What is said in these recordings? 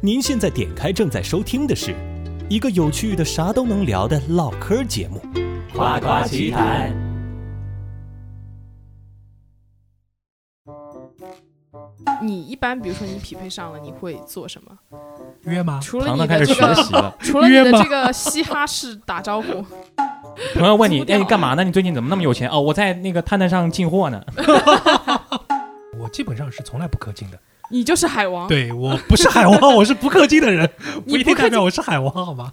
您现在点开正在收听的是一个有趣的、啥都能聊的唠嗑节目。夸夸其谈。你一般比如说你匹配上了，你会做什么？约吗？除了糖你糖开的始这学个，习了。 除了你约的吗这个嘻哈式打招呼， 朋友问你做，不哎，掉你干嘛呢？你最近怎么那么有钱？哦，我在那个探探上进货呢。我基本上是从来不氪金的。你就是海王。对我不是海 王，我是不氪金的人，你不不一定氪代金表我是海王，好吗？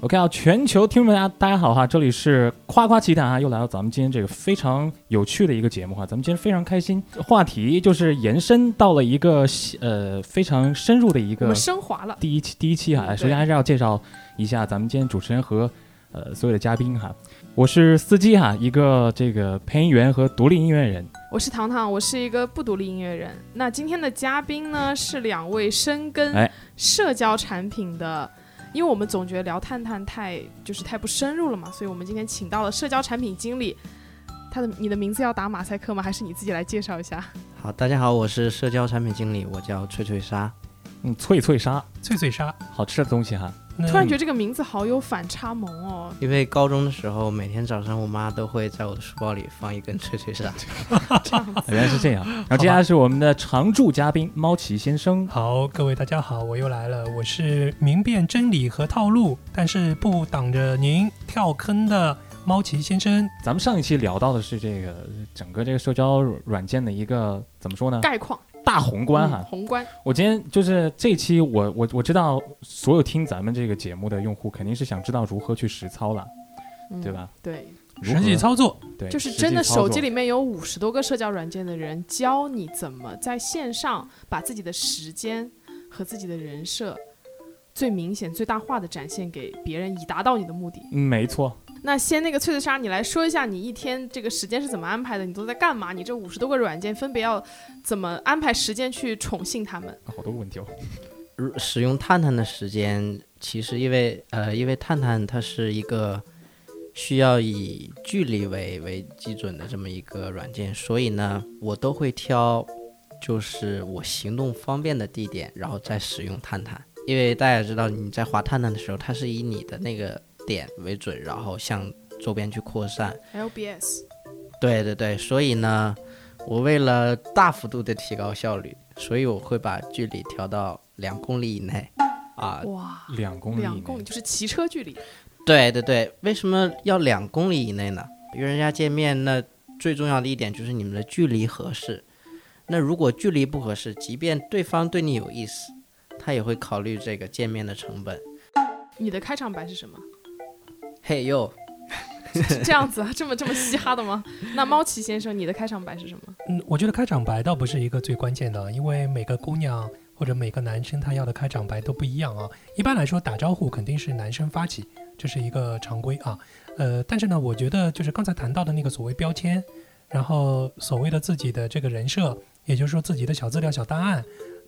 OK 啊，全球听众大家大家好哈，这里是夸夸其谈啊，又来到咱们今天这个非常有趣的一个节目哈，咱们今天非常开心，话题就是延伸到了一个呃非常深入的一我个们升华了。第一期第一期哈，嗯首先还是要介绍一下咱们今天主持人和呃所有的嘉宾哈，我是司机哈，一个这个配音员和独立音乐人。我是糖糖，我是一个不独立音乐人。那今天的嘉宾呢是两位深耕哎社交产品的，因为我们总觉得聊探探太就是太不深入了嘛，所以我们今天请到了社交产品经理。他的你的名字要打马赛克吗？还是你自己来介绍一下？好，大家好，我是社交产品经理，我叫翠翠莎。嗯，脆脆鲨，脆脆鲨，好吃的东西哈。那突然觉得这个名字好有反差萌哦，因为高中的时候，每天早上我妈都会在我的书包里放一根翠翠莎。 原来是这样。然后接下来是我们的常驻嘉宾猫奇先生。好，各位大家好，我又来了，我是明辨真理和套路，但是不挡着您跳坑的猫奇先生。咱们上一期聊到的是这个整个这个社交软件的一个怎么说呢？概况大宏观哈嗯。宏观我今天就是这期我我我知道所有听咱们这个节目的用户肯定是想知道如何去实操了，对？嗯吧？对，如何实际操作，对，就是实际真的操作手机里面有五十多个社交软件的人，教你怎么在线上把自己的时间和自己的人设最明显、最大化的展现给别人，以达到你的目的。嗯没错。那先那个翠翠莎，你来说一下你一天这个时间是怎么安排的？你都在干嘛？你这五十多个软件分别要怎么安排时间去宠幸他们？好多问题哦，如使用探探的时间，其实因为呃，因为探探它是一个需要以距离为为基准的这么一个软件，所以呢，我都会挑就是我行动方便的地点，然后再使用探探。因为大家也知道你在滑探探的时候，它是以你的那个点为准，然后向周边去扩散。 LBS，对对对，所以呢，我为了大幅度的提高效率，所以我会把距离调到两公里以内。啊，哇，两公里以内，两公里就是骑车距离，对对对，为什么要两公里以内呢？约人家见面，那最重要的一点就是你们的距离合适。那如果距离不合适，即便对方对你有意思，他也会考虑这个见面的成本。你的开场白是 什么？嘿哟，是这样子啊，这么这么嘻哈的吗？那猫奇先生，你的开场白是什么？嗯，我觉得开场白倒不是一个最关键的，因为每个姑娘或者每个男生他要的开场白都不一样啊。一般来说，打招呼肯定是男生发起，这是一个常规啊。呃，但是呢，我觉得就是刚才谈到的那个所谓标签，然后所谓的自己的这个人设，也就是说自己的小资料、小档案，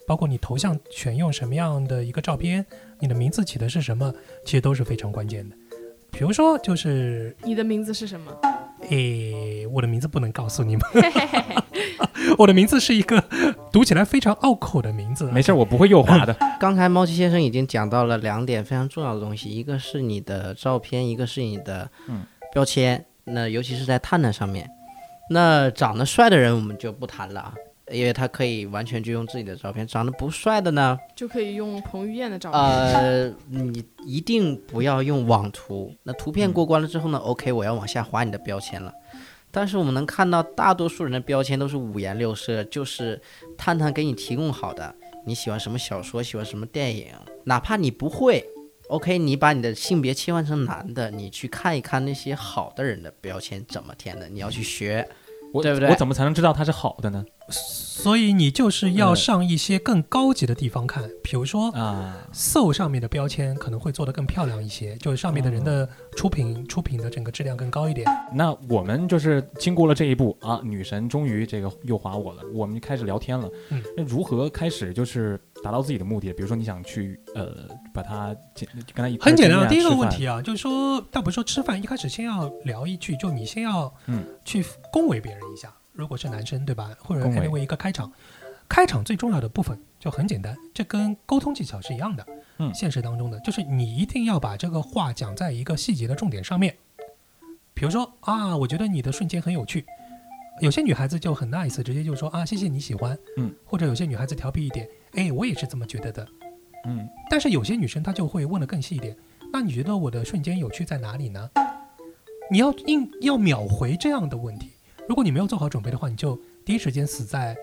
包括你头像选用什么样的一个照片，你的名字起的是什么，其实都是非常关键的。比如说，就是你的名字是什么？诶，我的名字不能告诉你们，我的名字是一个 读起来非常拗口的名字。啊没事，我不会右滑 的。刚才猫七先生已经讲到了两点非常重要的东西，一个是你的照片，一个是你的嗯标签。那尤其是在探探上面，那长得帅的人我们就不谈了啊，因为他可以完全就用自己的照片。长得不帅的呢，就可以用彭于晏的照片。呃，你一定不要用网图。那图片过关了之后呢，OK，我要往下滑你的标签了。但是我们能看到，大多数人的标签都是五颜六色，就是探探给你提供好的。你喜欢什么小说，喜欢什么电影，哪怕你不会，OK，你把你的性别切换成男的，你去看一看那些好的人的标签怎么填的，你要去学。我对不对我怎么才能知道它是好的呢？所以你就是要上一些更高级的地方看，比如说啊，搜上面的标签可能会做得更漂亮一些，就是上面的人的出品、出品的整个质量更高一点。那我们就是经过了这一步啊，女神终于这个右滑我了，我们就开始聊天了。嗯，那如何开始就是达到自己的目的？比如说你想去呃，把它简跟他一块很儿简见单啊，面啊第一个吃饭问题啊，就是说，倒不是说吃饭，一开始先要聊一句，就你先要嗯去恭维别人一下，如果是男生对吧？或者恭维 anyway 一个开场，开场最重要的部分就很简单，这跟沟通技巧是一样的。嗯现实当中的就是你一定要把这个话讲在一个细节的重点上面。比如说啊，我觉得你的瞬间很有趣，有些女孩子就很 nice，直接就说啊，谢谢你喜欢。嗯，或者有些女孩子调皮一点，哎，我也是这么觉得的。嗯，但是有些女生她就会问的更细一点，那你觉得我的瞬间有趣在哪里呢？你要硬要秒回这样的问题，如果你没有做好准备的话，你就第一时间死在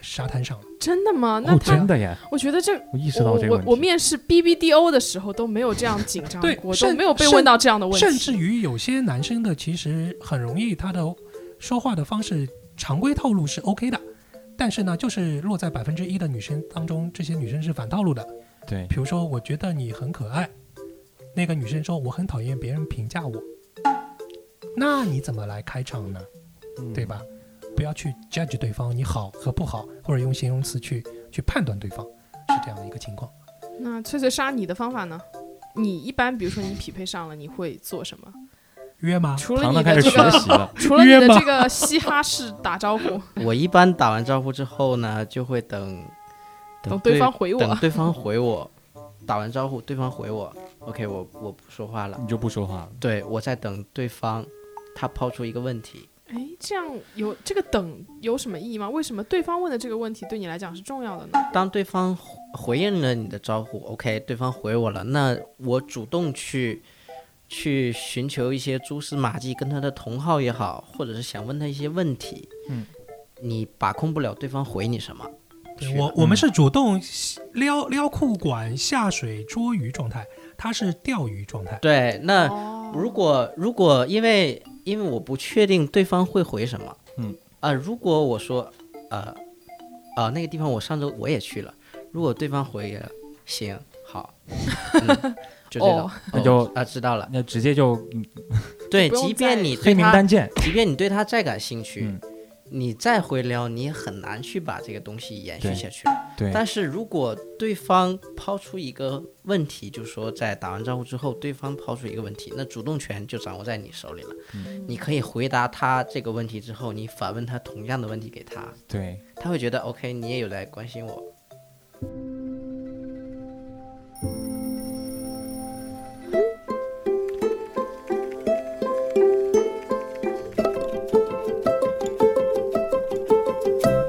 沙滩上了。真的吗？那哦，他，真的耶，我觉得这我意识我到这个我问题。我面试 BBDO 的时候都没有这样紧张对过，都甚没有被甚问到这样的问题，甚至于有些男生的其实很容易，他的说话的方式常规套路是 OK 的，但是呢，就是落在百分之一的女生当中，这些女生是反套路的。对，比如说，我觉得你很可爱，那个女生说我很讨厌别人评价我，那你怎么来开场呢？对吧？不要去 judge 对方你好和不好，或者用形容词去去判断对方，是这样的一个情况。那翠翠杀你的方法呢？你一般比如说你匹配上了，你会做什么？约吗？除了糖你糖开的始这学习个，了，除了你约的吗这个嘻哈式打招呼，我一般打完招呼之后呢，就会等等对对方回等我。对方回我，打完招呼对方回我，OK，我我不说话了，你就不说话了。对我在等对方，他抛出一个问题，哎，这样有这个等有什么意义吗？为什么对方问的这个问题对你来讲是重要的呢？当对方回回应了你的招呼，OK，对方回我了，那我主动去去寻求一些蛛丝马迹，跟他的同好也好，或者是想问他一些问题，嗯，你把控不了对方回你什么，对去我了我们是主动撩撩裤管下水捉鱼状态，他是钓鱼状态。对，那哦嗯如果如果因为因为我不确定对方会回什么，嗯，啊、如果我说，呃，啊、那个地方我上周我也去了，如果对方回了，行， 好，嗯、就这种哦，那就啊、知道了。那直接就嗯对，不用即再便你黑对名他，单见。即便你对他再感兴趣，嗯你再回撩，你也很难去把这个东西延续对下去。对，但是如果对方抛出一个问题，就是说在打完招呼之后，对方抛出一个问题，那主动权就掌握在你手里了。你可以回答他这个问题之后，你反问他同样的问题给他，对，他会觉得 OK，你也有在关心我。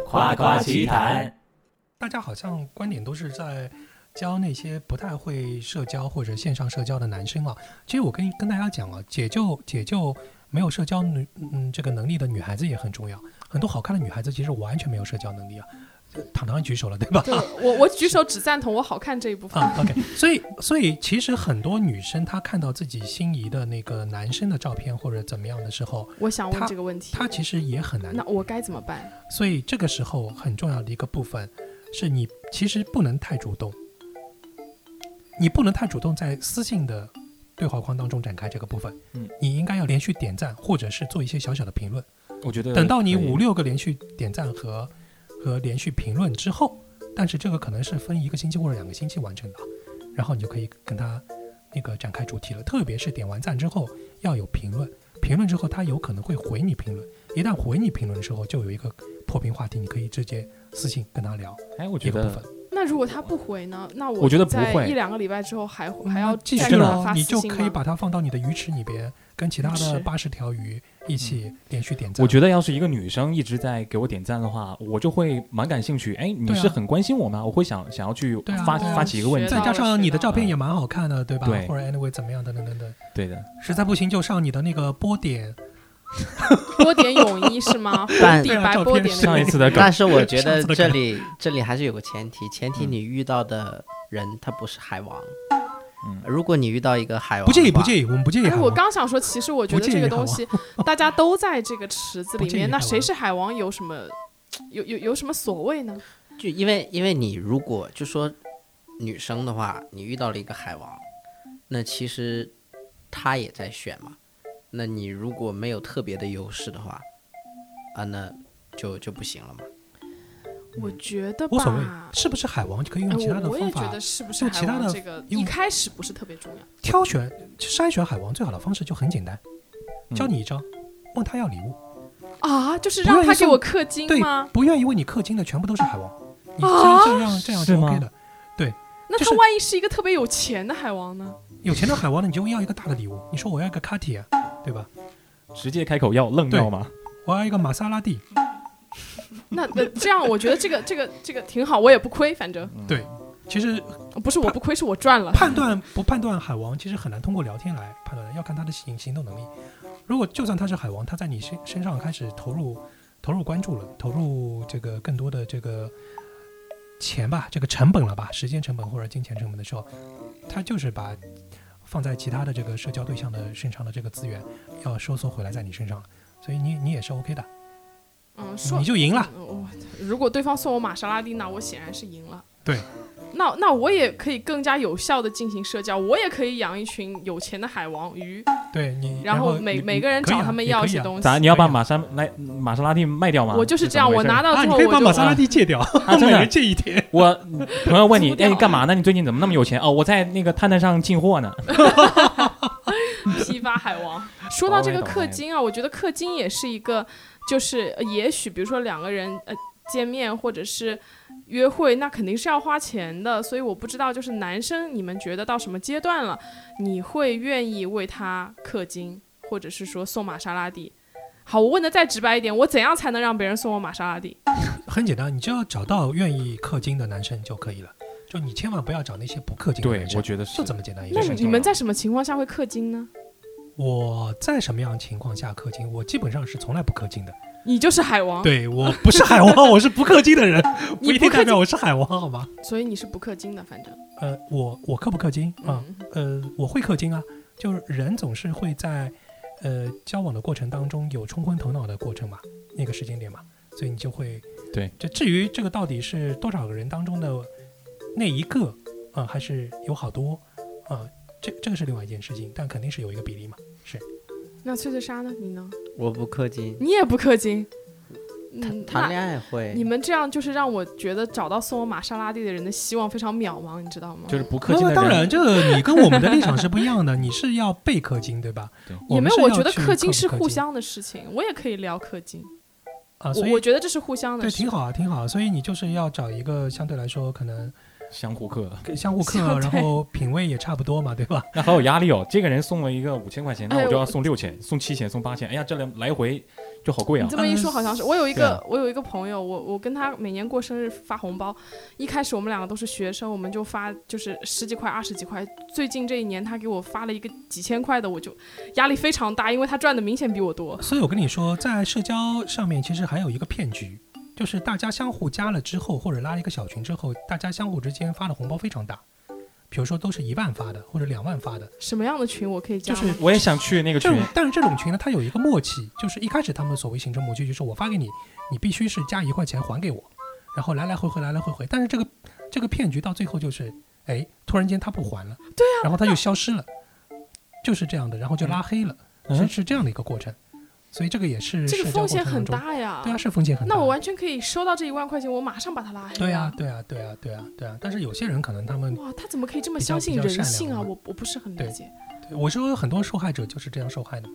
夸夸其谈。大家好像观点都是在教那些不太会社交或者线上社交的男生啊。其实我跟跟大家讲啊，解救解救没有社交女嗯这个能力的女孩子也很重要。很多好看的女孩子其实完全没有社交能力啊。呃糖糖举手了，对吧？对我我举手只赞同我好看这一部分。啊，OK，所以所以其实很多女生她看到自己心仪的那个男生的照片或者怎么样的时候，我想问他这个问题，她其实也很难那我该怎么办？所以这个时候很重要的一个部分，是你其实不能太主动，你不能太主动在私信的对话框当中展开这个部分。嗯，你应该要连续点赞，或者是做一些小小的评论。我觉得等到你可以五六个连续点赞和和连续评论之后，但是这个可能是分一个星期或者两个星期完成的啊，然后你就可以跟他那个展开主题了。特别是点完赞之后要有评论，评论之后他有可能会回你评论，一旦回你评论之后，就有一个破冰话题，你可以直接私信跟他聊哎，我一觉个部得分。那如果他不回呢？那我觉得不在会一两个礼拜之后还还嗯那要继再续给了他聊，发你私就信可以吗？把它放到你的鱼池里边，跟其他鱼池的八十条鱼一起连续点赞。嗯我觉得要是一个女生一直在给我点赞的话，我就会蛮感兴趣。哎，你对啊是很关心我吗？我会想想要去对啊发对啊发起一个问题学再到。加上你的照片嗯也蛮好看的，对吧？对或者 anyway 怎么样的等等等等。对的，实在不行就上你的那个波点，多点泳衣是 吗？但 底白波点对啊照上片一那次个。的梗但是我觉上得次的梗这里这里还是有个前提，前提嗯你遇到的人他不是海王。嗯如果你遇到一个海王，不介意不意。介意，我们不介意哎，好吗。我刚想说，其实我觉得不介这意个东西，大家都在这个池子不里介意面，那海王谁是海王有什么有有有什么所谓呢？嗯就因为因为你如果就说女生的话，你遇到了一个海王，那其实他也在选嘛。那你如果没有特别的优势的话，啊，那就就不行了嘛。我觉得吧，无所谓，是不是海王就可以哎用其他的我我也方觉法得是不是用其海他王的这个用一开始不是特别重要。挑选筛选海王最好的方式就很简单，嗯教你一招，问他要礼物，啊，就是不愿让意他给送我氪金对吗？啊不愿意为你氪金的全部都是海王，你这这样这样是是吗 OK 的。那就他是万一是一个特别有钱的海王呢？有钱的海王呢，你就要一个大的礼物。你说我要一个卡地亚，对吧？直接开口要愣对要吗？我要一个玛莎拉蒂， 那那这样，我觉得这个这个这个挺好，我也不亏，反正哦其实不是我不亏，是我赚了。嗯判断不判断海王，其实很难通过聊天来判断的，要看他的行行动能力。如果就算他是海王，他在你身身上开始投入投入关注了，投入这个更多的这个钱吧，这个成本了吧，时间成本或者金钱成本的时候，他就是把放在其他的这个社交对象的身上的这个资源要收缩回来在你身上了，所以你你也是 OK 的，嗯，说你就赢了。嗯我如果对方送我玛莎拉蒂，那我显然是赢了。对，那那我也可以更加有效的进行社交，我也可以养一群有钱的海王鱼，对你，然后后每你每个人可以找啊他们也要可一以些啊东西。咋？你要把可以啊玛莎来玛莎拉蒂卖掉吗？我就是是这怎么样，回我事拿到啊，最你后可以把我玛就莎拉蒂戒掉，啊真的每人戒一天。我 朋友问你租，不哎，掉你干嘛呢？你最近怎么那么有钱？哦，我在那个探探上进货呢。 批发海王。说到这个懂了氪金啊，我觉得氪金也是一个，就是呃也许比如说两个人呃见面或者是约会，那肯定是要花钱的。所以我不知道，就是男生你们觉得到什么阶段了，你会愿意为他氪金，或者是说送玛莎拉蒂？好，我问的再直白一点，我怎样才能让别人送我玛莎拉蒂？很简单，你就要找到愿意氪金的男生就可以了。就你千万不要找那些不氪金的对男，生，我觉得是就。这么简单一那个是事很情。你们在什么情况下会氪金呢？我在什么样情况下氪金？我基本上是从来不氪金的。你就是海王，对我不是海王，我是不氪金的人，哦你不不一定代氪金，表我是海王，好吗？所以你是不氪金的，反正，呃，我我氪不氪金啊？嗯，呃，我会氪金啊，就是人总是会在呃交往的过程当中有冲昏头脑的过程嘛，那个时间点嘛，所以你就会对。这至于这个到底是多少个人当中的那一个啊、还是有好多啊、这这个是另外一件事情，但肯定是有一个比例嘛。那翠翠莎呢？你呢？我不氪金，你也不氪金，嗯，谈爱。恋爱会。你们这样就是让我觉得找到送我玛莎拉蒂的人的希望非常渺茫，你知道吗？就是不氪那金么的人，当然，这个你跟我们的立场是不 一样的，你是要被氪金对吧？对我也没们有，是我要觉得去氪金不是氪互相的事情，我也可以聊氪金，啊，所我我以觉得这是互相的对事挺。好啊，挺好啊。所以你就是要找一个相对来说可能相互氪，相互氪，相对然后品味也差不多嘛，对吧？那好有压力哦。这个人送了一个五千块钱，那哎我就我要送六千、送七千、送八千。哎呀，这两来回就好贵啊你这。么一说，嗯好像是我有一对个啊我有一个朋友，我我跟他每年过生日发红包，一开始我们两个都是学生，我们就发就是十几块、二十几块。最近这一年，他给我发了一个几千块的，我就压力非常大，因为他赚的明显比我多。所以我跟你说，在社交上面其实还有一个骗局，就是大家相互加了之后，或者拉了一个小群之后，大家相互之间发的红包非常大，比如说都是一万发的或者两万发的，什么样的群我可以加就吗？是我也想去那个这群种，但是这种群呢，它有一个默契，就是一开始他们所谓形成模具，就是我发给你，你必须是加一块钱还给我，然后来来回回来来回回，但是这个这个骗局到最后就是，哎，突然间他不还了，对啊，然后他就消失了，就是这样的，然后就拉黑了，嗯是是这样的一个过程，所以这个也是这个社交风过程险很当中。大呀。对啊，是风险很大。那我完全可以收到这一万块钱，我马上把他拉黑。对啊，，对啊，对啊，对啊，对啊。但是有些人可能他们，哇，他怎么可以这么比较相信比较人性善啊？良嘛我我不是很理对解。我说很多受害者就是这样受害的。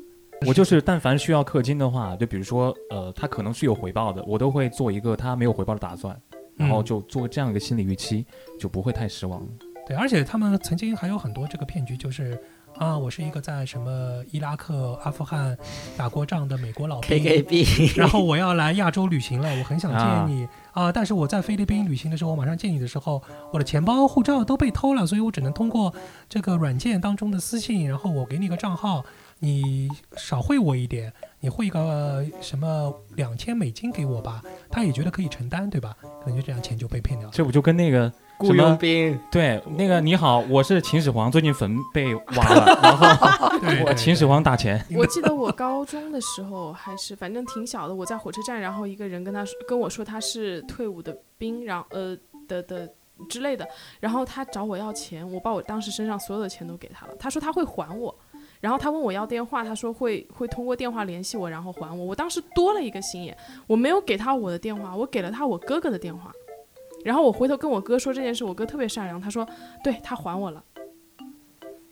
我就是但凡需要氪金的话，就比如说呃，他可能是有回报的，我都会做一个他没有回报的打算，然后嗯就做这样一个心理预期，就不会太失望。对，而且他们曾经还有很多这个骗局，就是啊，我是一个在什么伊拉克、阿富汗打过仗的美国老兵 KKB，然后我要来亚洲旅行了，我很想啊见你啊但是我在菲律宾旅行的时候，我马上见你的时候，我的钱包、护照都被偷了，所以我只能通过这个软件当中的私信，然后我给你个账号，你少汇我一点，你汇个呃什么两千美金给我吧，他也觉得可以承担，对吧？可能就这样钱就被骗掉了。这不就跟那个雇佣兵，对那个你好，我是秦始皇，最近坟被挖了， 然后 对我秦始。皇打钱， 我记得我高中的时候还是反正挺小的，我在火车站，然后一个人跟他说跟我说他是退伍的兵，然后呃的的之类的，然后他找我要钱，我把我当时身上所有的钱都给他了，他说他会还我。然后他问我要电话，他说会会通过电话联系我，然后还我。我当时多了一个心眼，我没有给他我的电话，我给了他我哥哥的电话。然后我回头跟我哥说这件事，我哥特别善良，他说对他还我了。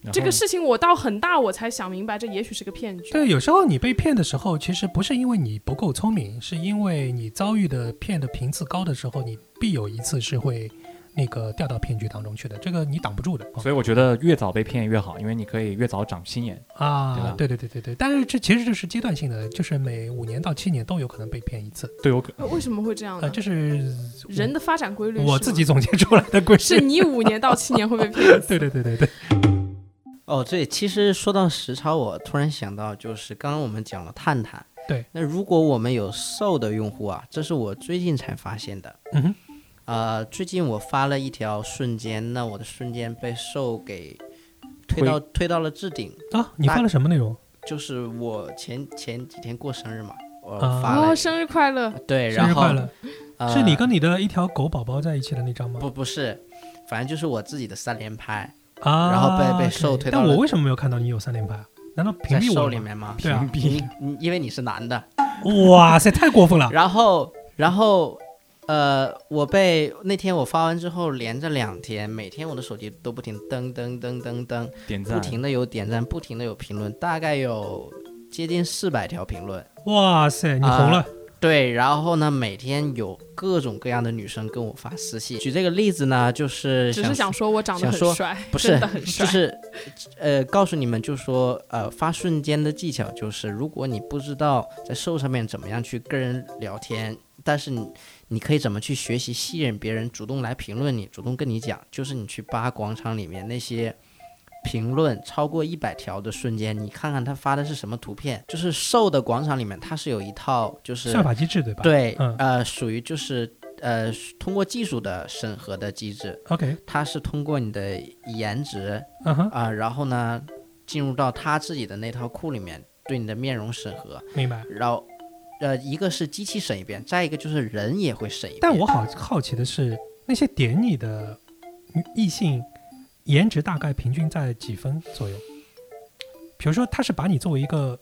然后这个事情我到很大我才想明白，这也许是个骗局。对，有时候你被骗的时候，其实不是因为你不够聪明，是因为你遭遇的骗的频次高的时候，你必有一次是会那个掉到骗局当中去的，这个你挡不住的。所以我觉得越早被骗越好，因为你可以越早长心眼。对啊吧，对对对对对，但是这其实这是阶段性的，就是每五年到七年都有可能被骗一次，对我可呃为什么会这样呃，呢？这是人的发展规律是吗，我自己总结出来的规是律。你五年到七年会被 骗一次。对对对对对，哦，对，其实说到实操，我突然想到，就是刚刚我们讲了探探，对，那如果我们有瘦的用户啊，这是我最近才发现的，嗯哼，呃，最近我发了一条瞬间，那我的瞬间被瘦给推推到推到了置顶，啊，你发了什么内容？就是我前前几天过生日嘛，我啊发了，哦，生日快乐！对，生哎然日后快乐！呃是你跟你的一条狗宝宝在一起的那张吗？不不是，反正就是我自己的三连拍啊，然后被被 OK 瘦推到但了我为什么没有看到你有三连拍啊？难道屏在蔽我瘦了里吗？面吗？对啊，你你因为你是男的， 哇塞，太过分了！然后然后呃，我被那天我发完之后连着两天，每天我的手机都不停噔噔噔噔噔，点不赞，停的有点赞，不停的有评论，大概有接近四百条评论。哇塞，你红了，对，然后呢，每天有各种各样的女生跟我发私信。举这个例子呢，就是只是想想说我长得想说很帅，不真是的很，帅。就是，呃，告诉你们，就说，呃，发瞬间的技巧就是，如果你不知道在瘦上面怎么样去跟人聊天，但是你你可以怎么去学习吸引别人，主动来评论你，主动跟你讲，就是你去扒广场里面那些评论超过一百条的瞬间，你看看他发的是什么图片，就是瘦的广场里面，它是有一套就是算法机制对吧？对，嗯呃，属于就是呃，通过技术的审核的机制， ，OK，它是通过你的颜值。嗯哼，啊、然后呢，进入到他自己的那套库里面，对你的面容审核，明白。然后，呃，一个是机器审一遍，再一个就是人也会审一遍。但我好好奇的是，那些点你的女异性颜值大概平均在几分左右？比如说，他是把你作为一个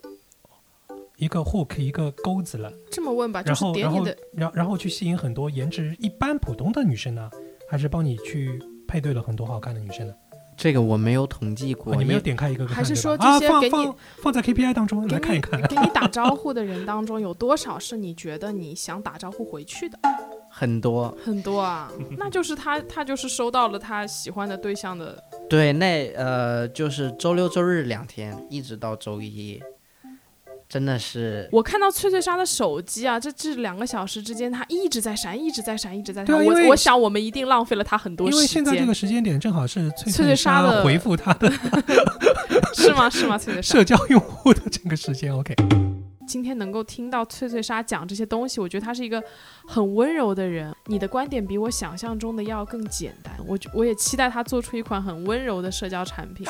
一个 hook 一个钩子了，这么问吧，啊就然是后点然你后 的然然后去吸引很多颜值一般普通的女生呢，还是帮你去配对了很多好看的女生呢？这个我没有统计过，啊你没有因为点开一个个看还是对吧说这啊些放给你放放在 KPI 当中来看一看给你打招呼的人当中，有多少是你觉得你想打招呼回去的？很多。很多 啊，那就是他，他就是收到了他喜欢的对象的。对，那呃，就是周六周日两天，一直到周一，真的是我看到翠翠莎的手机啊，这这两个小时之间，她一直在闪，一直在闪，一直在闪。对啊因为我我想我们一定浪费了她很多因为时现间，在这个时间点正好是翠翠翠莎莎的回复他的是吗？是吗？翠 翠莎社交用户的这个时间，OK，今天能够听到翠翠莎讲这些东西，我觉得她是一个很温柔的人。你的观点比我想象中的要更简单，我我也期待她做出一款很温柔的社交产品。